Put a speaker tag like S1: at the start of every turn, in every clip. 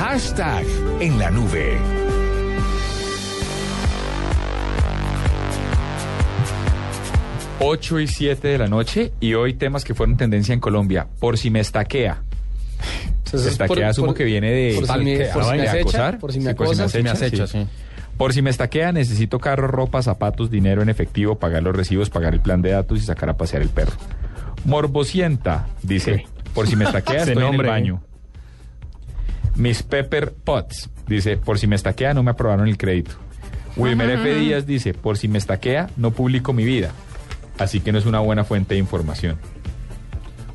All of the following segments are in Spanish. S1: Hashtag en la nube. Ocho y siete de la noche y hoy temas que fueron tendencia en Colombia. Por si me estaquea.
S2: Entonces,
S1: Estaquea
S2: Pues por-
S1: Pues, asumo
S2: por-
S1: que viene de
S2: por si me,
S1: stalkear,
S2: por si
S1: ¿no?
S2: me
S1: de
S2: acecha,
S1: acosar.
S2: por si me
S1: Sí, por si me
S2: acosa,
S1: acecha, sí. Por si me estaquea, necesito carro, ropa, zapatos, dinero en efectivo, pagar los recibos, pagar el plan de datos y sacar a pasear el perro. Morbosienta, dice. Por si me estaquea,
S3: Ese
S1: estoy en el
S3: nombre, ¿eh?
S1: baño. Miss Pepper Potts dice, por si me estaquea, no me aprobaron el crédito. Wilmer F. Díaz dice, por si me estaquea, no publico mi vida. Así que no es una buena fuente de información.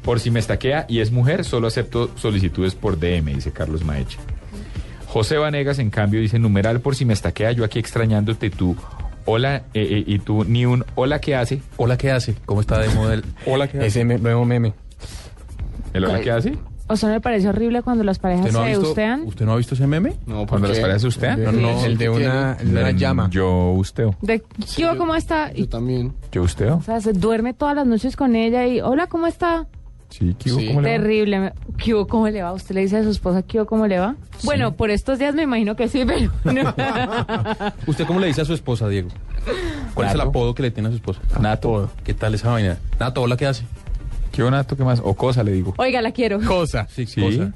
S1: Por si me estaquea y es mujer, solo acepto solicitudes por DM, dice Carlos Maeche. José Vanegas, en cambio, dice, numeral por si me estaquea, yo aquí extrañándote tú, hola, eh, eh, y tú ni un hola que hace.
S3: Hola, ¿qué hace? ¿Cómo está de model?
S1: Hola que hace.
S3: Ese me- nuevo meme.
S1: ¿El hola
S4: Ay.
S1: que hace?
S4: O sea, me parece horrible cuando las parejas
S3: ¿Usted no, ha
S4: se
S3: visto,
S4: gustean.
S3: ¿Usted no ha visto ese meme?
S2: No,
S1: Cuando las
S2: porque
S1: parejas usted.
S3: No, no, el de una, el de una
S1: Mm,
S3: llama.
S1: Yo usteo.
S4: De,
S2: yo-
S4: yo, ¿cómo está? Y-
S2: Yo también.
S1: Yo usteo.
S4: o sea, se duerme todas las noches con ella y, hola, ¿cómo está?
S1: Sí, ¿qué hubo?
S2: Sí.
S1: ¿Cómo le va?
S4: Terrible. me- ¿Qué hubo, cómo le va? ¿Usted le dice a su esposa qué hubo, cómo le va? Bueno, por estos días me imagino que sí, pero... no.
S3: ¿Usted cómo le dice a su esposa, Diego? ¿Cuál es el
S1: Nato.
S3: apodo que le tiene a su esposa?
S1: Nato.
S3: ¿Qué tal esa vaina? Nato, hola, ¿qué hace?
S1: ¿Qué hubo, Nato? ¿Qué más? O cosa le digo.
S4: Oiga, la quiero.
S3: Cosa. Ah, Sí,
S1: Sí.
S3: cosa.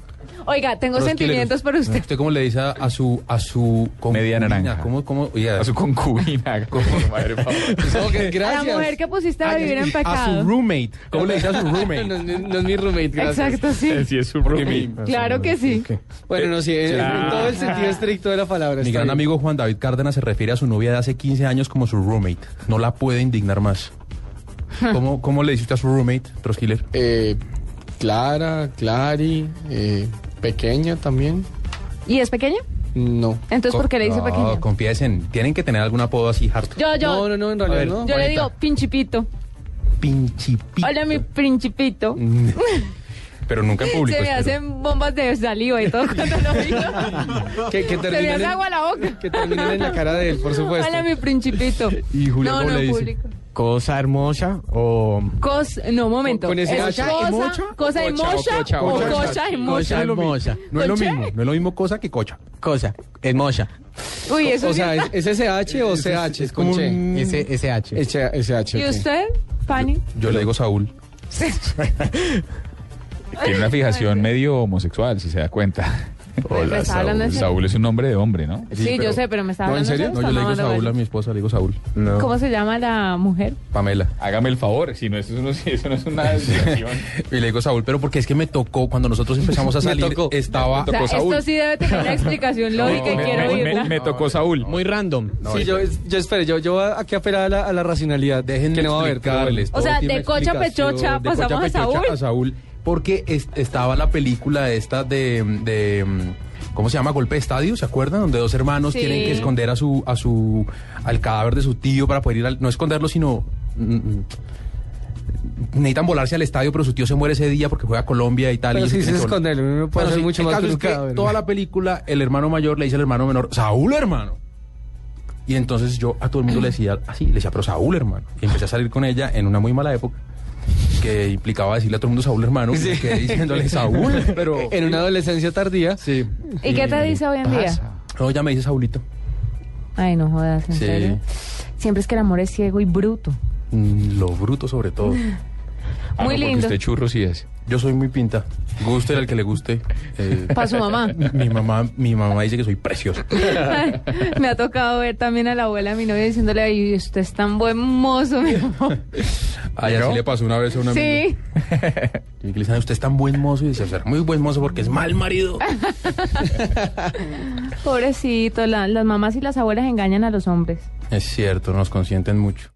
S4: Oiga, tengo
S3: Pero es que le
S4: sentimientos
S3: gusta-
S4: por usted.
S3: ¿Usted cómo le dice a, a su a su
S1: Media
S3: concubina?
S1: naranja.
S3: ¿Cómo cómo? Oiga,
S1: A su concubina. Como, madre, por favor.
S2: Ok,
S4: A
S2: gracias.
S4: la mujer que pusiste a
S3: Ay,
S4: vivir en
S3: a su
S4: pecado.
S3: roommate. ¿Cómo le dice a su roommate?
S2: No, es mi- no es mi roommate, gracias.
S4: Exacto, sí.
S1: Sí, es su
S2: mi-
S1: roomie.
S4: Claro que sí.
S2: Bueno, no, sí, en- en todo el sentido estricto de la palabra.
S3: Mi
S2: está
S3: gran
S2: bien.
S3: amigo Juan David Cárdenas se refiere a su novia de hace 15 años como su roommate. No la puede indignar más. ¿Cómo, cómo le dice usted a su roommate, Troskiller?
S2: Eh, Clara, Clary, eh, pequeña también.
S4: ¿Y es pequeño?
S2: No.
S4: Entonces, ¿por qué le dice
S3: No,
S4: pequeño?
S3: confiesen, tienen que tener algún apodo así harto.
S4: Yo,
S2: No,
S4: yo,
S2: no, no, en
S3: A
S2: realidad
S3: ver,
S2: no.
S4: yo le
S3: Juanita.
S4: digo pinchipito.
S3: Pinchipito.
S4: Hola, mi principito.
S3: Pero nunca en público.
S4: Se me
S3: espero.
S4: hacen bombas de saliva y todo cuando lo digo.
S2: Que, que
S4: Se me
S2: terminen
S4: hace
S2: en,
S4: agua la boca.
S2: que terminen en la cara de él, por supuesto.
S4: Hola, mi principito.
S3: Y Julia,
S4: no,
S3: ¿cómo
S4: no,
S3: le dice?
S4: público.
S5: Cosa hermosa o...
S4: Cos, no, un momento.
S2: Con- con ese
S4: ¿Es
S2: hacha.
S4: cosa,
S2: ¿Y
S5: mocha?
S4: cosa de
S2: Cocha, o
S4: mocha
S2: cocha,
S4: o
S2: cocha.
S4: cosa de mocha.
S5: Cosa hermosa.
S3: No es lo
S4: ¿Con qué?
S3: mismo, no es lo mismo cosa que cocha.
S5: Cosa hermosa.
S4: Uy, eso
S2: O
S4: sí.
S2: sea, ¿es, es SH o CH? Es con che.
S5: Ese, ese H.
S2: Es che- SH.
S4: ¿Y
S2: ok.
S4: usted, Fanny?
S3: Yo le digo Saúl.
S1: Tiene una fijación medio homosexual, si se da cuenta.
S4: Hola, Estaba Pues, hablando en serio.
S1: Saúl es un nombre de hombre, ¿no?
S4: Sí, yo sé, pero me estaba
S2: ¿No, en
S4: hablando.
S2: serio?
S4: de
S3: No,
S4: esta
S3: yo le digo
S4: mamada,
S3: Saúl a
S4: ¿vale?
S3: mi esposa, le digo Saúl.
S5: No.
S4: ¿Cómo se llama la mujer?
S3: Pamela.
S1: Hágame el favor, si no, eso es, uno- si eso no es una desviación.
S3: Y le digo Saúl, pero porque es que me tocó cuando nosotros empezamos a
S2: Me
S3: salir,
S2: tocó.
S3: estaba
S4: O sea,
S1: Tocó Saúl.
S4: esto sí debe tener una explicación lógica y
S3: no,
S4: quiero
S1: me, me-
S4: oírla.
S1: me tocó Saúl.
S5: Muy random.
S2: sí, yo, yo espero, yo, yo voy aquí a apelar a la, a la racionalidad.
S3: Déjenme
S2: que no va a haber, claro.
S3: explicarles,
S4: O sea,
S3: todo tiene
S4: de Cocha
S3: explicación, de
S4: Pechocha
S3: Cocha
S4: pasamos a
S3: Pechocha
S4: Saúl.
S3: a Saúl. Porque es- estaba la película esta de, de, mm, ¿Cómo se llama? Golpe de Estadio, ¿se acuerdan? Donde dos hermanos
S4: Sí.
S3: tienen que esconder a su, a su. al cadáver de su tío para poder ir al. No esconderlo, sino. mm, mm, Necesitan volarse al estadio, pero su tío se muere ese día porque juega a Colombia y tal.
S2: Pero
S3: y
S2: sí,
S3: tienen
S2: se
S3: que volar.
S2: esconderlo. Uno puede
S3: Bueno,
S2: hacer
S3: sí,
S2: mucho
S3: el
S2: más
S3: caso
S2: que
S3: es
S2: un
S3: que
S2: cadáver.
S3: toda la película, el hermano mayor le dice al hermano menor, Saúl, hermano. Y entonces yo a todo el mundo le decía así, le decía, pero Saúl, hermano. Y empecé a salir con ella en una muy mala época que implicaba decirle a todo el mundo Saúl, hermano.
S2: Sí.
S3: Y me quedé diciéndole Saúl, pero...
S2: En una adolescencia tardía.
S3: Sí.
S4: ¿Y qué te dice hoy en día?
S3: No, ya me dice Saulito.
S4: Ay, no jodas, en
S3: Sí.
S4: serio. Siempre es que el amor es ciego y bruto.
S3: Mm, Lo bruto sobre todo.
S1: Ah,
S4: Muy
S1: no,
S4: lindo.
S1: Porque usted churro sí es.
S3: Yo soy muy pinta. Guste al que le guste. Eh,
S4: Para su mamá.
S3: mi mamá, mi mamá dice que soy precioso.
S4: Me ha tocado ver también a la abuela de mi novia diciéndole, ay, usted es tan buen mozo, mi amor.
S3: Ay, así le pasó una vez a una amiga.
S4: Sí.
S3: Y que le dicen, usted es tan buen mozo. Y dice, "O sea, muy buen mozo porque es mal marido.
S4: Pobrecito, la- las mamás y las abuelas engañan a los hombres.
S3: es cierto, nos consienten mucho.